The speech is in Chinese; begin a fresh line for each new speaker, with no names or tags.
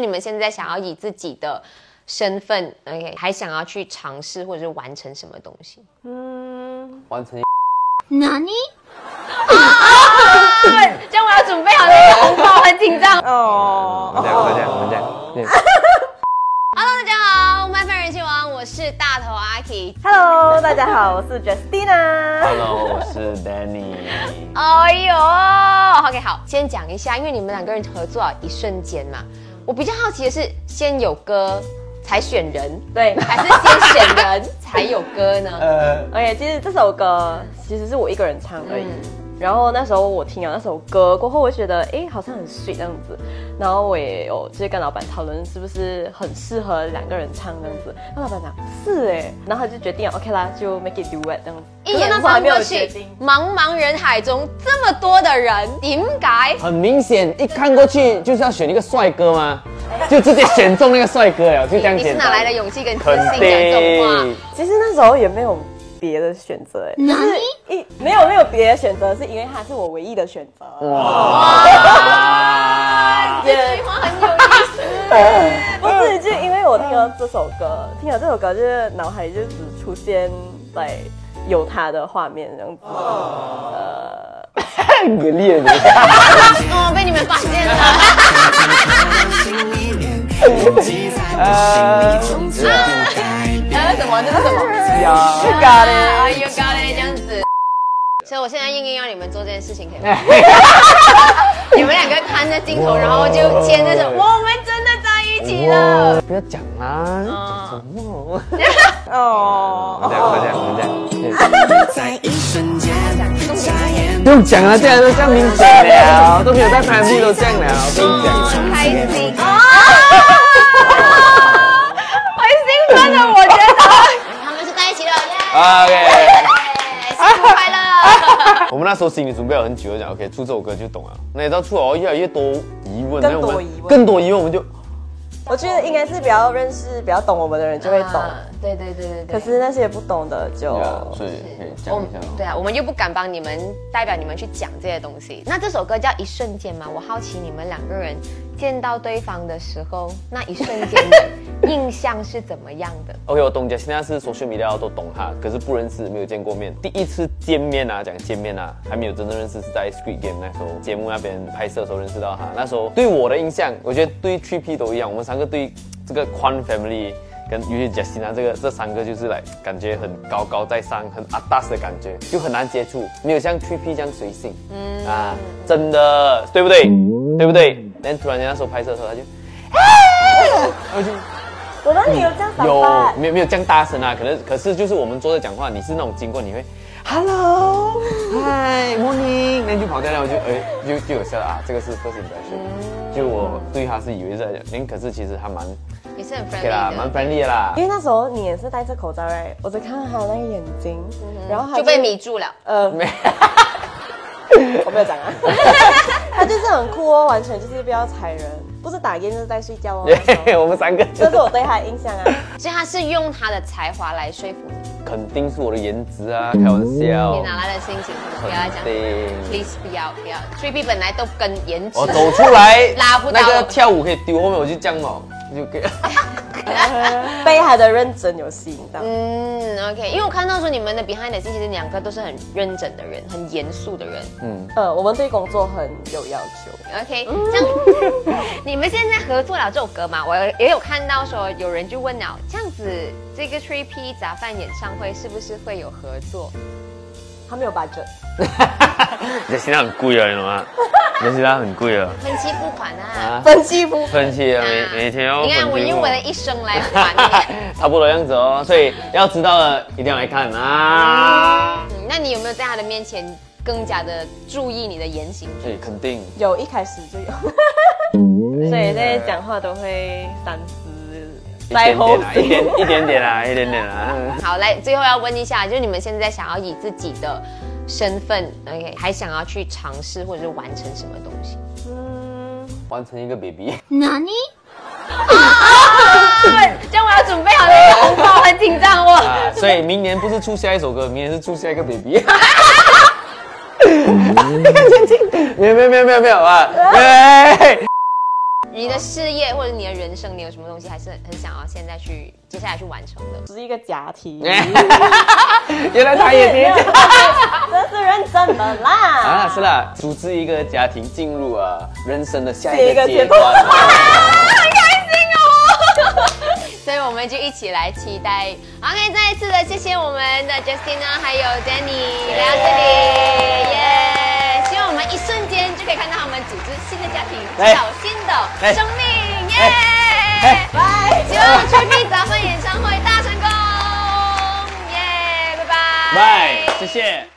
你们现在想要以自己的身份，OK，还想要去尝试或者是完成什么东西？
完成
哪里？
这样我要准备好那个红包，很紧张。
哦，
我们这样，我们这样，我们这样念。
Hello，大家好，麦饭人气王，我是大头阿 K。
Hello，大家好，我是 Justina。
Hello，我是 Danny。
哎呦，OK，好，先讲一下，因为你们两个人合作啊，一瞬间嘛，我比较好奇的是，先有歌才选人，
对
还是先选人才有歌 呢？
呃，
，OK，其实这首歌其实是我一个人唱而已。然后那时候我听了那首歌过后，我就觉得诶好像很 sweet 这样子。然后我也有就是跟老板讨论是不是很适合两个人唱这样子。那老板讲是诶，然后他就决定了 OK 啦，就 make it duet 这样子。
一
可是
眼
那时候还
望
没有
过
决
去
定，。
茫茫人海中这么多的人，点解？
很明显，一看过去就是要选一个帅哥 吗？就直接选中那个帅哥了，就这样
你是
简
哪来
单
的。勇气跟自
肯
信讲这种话？
定，
其实那时候也没有别的选择诶，就
哪
是一没有没有别的选择，是因为他是我唯一的选择。
哇，这句话很有意思。
不是，就因为我听了这首歌，听了这首歌，就是脑海里就只出现在有他的画面这样子。
太恶劣了。
哦，被你们发现了。
呃，
还有什么？这是什么
呀，
？Got it, you got it，这样子。所以我现在硬硬要你们做这件事情，可以吗？ 你们两个看着镜头，然后就牵着手，哇我们真的在一起了。
不要讲啦，什么？
哦，
这样，我这样，我这样念。
在一瞬间，眨眼
不用讲了，这样都这样明显了，都没有在拍戏都这样了， 我跟你讲。
哦开心啊！很兴奋的，我觉得他们是在一起了，耶！
OK。
生日快乐！
我们那时候心里准备了很久，讲 OK 出这首歌就懂了。那你知道出了哦越来越多疑问，
更
那
多
我们
疑问
更多疑问，我们就
我觉得应该是比较认识、比较懂我们的人就会懂，
啊 对对对对对。
可是那些不懂的就
对啊，所以可以
我
讲
们
一下。
对啊，我们又不敢帮你们代表你们去讲这些东西。那这首歌叫《一瞬间》嘛，我好奇你们两个人见到对方的时候，那一瞬间的印象是怎么样的？
OK，我懂，现在是 social media 都懂哈，可是不认识，没有见过面。第一次见面啊，讲见面啊，还没有真正认识，是在 Squid Game 那时候节目那边拍摄的时候认识到他。那时候对我的印象，我觉得对 t r i P 都一样，我们三个对这个 Quan Family 跟尤其 Justina 这个这三个就是来感觉很高高在上，很阿达斯的感觉，就很难接触，没有像 t r i P 这样随性。嗯啊，真的，对不对？对不对？但突然间那时候拍摄的时候，他就。
我们你有这样想
有
法？
没有没有这样大声啊？可能可是就是我们坐着讲话，你是那种经过你会，Hello，嗨，Morning，那你就跑掉了，我就哎、就就有笑了啊，这个是 first impression，、就我对他是以为是在讲，哎可是其实他蛮
也是很
OK
friendly
啦，
的，
蛮 friendly 的啦
因。为那时候你也是戴着口罩哎，我只看到他的那个眼睛，然后他
就被迷住了。
呃
没，
我没有 讲啊，他就是很酷哦，完全就是不要踩人，不是打烟就是在睡 觉哦。那时候
我们三个就
这
是
是我对他的印象 啊。
所以他是用他的才华来说服你，
肯定是我的颜值啊，开玩
你
笑，
哪来的心情？不要再
肯
讲
定。
，please 不要不要。Three P 本来都跟颜值
我走出来
拉不到
那个跳舞可以丢，后面我就这样嘛，就可以。
被他的认真有吸引到。
嗯，OK，因为我看到说你们的 behind the scenes 其实两个都是很认真的人，很严肃的人。
呃，我们对工作很有要求。
OK，这样 你们现在合作了这首歌嘛？我也有看到说有人就问了，这样子这个 Three P 杂饭演唱会是不是会有合作？
他没有 budget，
这现在很贵啊，你懂吗？这现在很贵啊。
分期付款啊，
啊
分析不
分期啊，
啊
每每天要
你看我
分期
用
付
我的一生来还 你。
差不多样子哦，所以要知道了一定要来看啊！
嗯那你有没有在他的面前更加的注意你的言 行？
对，肯定
有一开始就有，所以在讲话都会三思，
嗯一点
后
点啦，一点一点点啦，一点点啦。
好，来，最后要问一下，就是你们现在想要以自己的身份，OK，还想要去尝试或者是完成什么东西？
完成一个 baby，
哪里？
这样我要准备好那个红包，很紧张哦。
啊，所以明年不是出下一首歌，明年是出下一个 baby。没有没有没有没有没有啊！哎，
你的事业或者你的人生，你有什么东西还是很想要现在去接下来去完成的？
只是一个假题，
原来哎他也跌价
这是认 真的啦。
啊！是啦，组织一个家庭进入啊人生的下
下
一
一个
个阶
阶段
段。
所以我们就一起来期待。OK，再一次的谢谢我们的 Justina 还有 Danny 来到这里，耶！希望我们一瞬间就可以看到他们组织新的家庭，
哎
找新的
哎
生命，耶
哎！
拜！希望 Trippy 砸饭演唱会大成功，耶！拜拜，
拜，谢谢。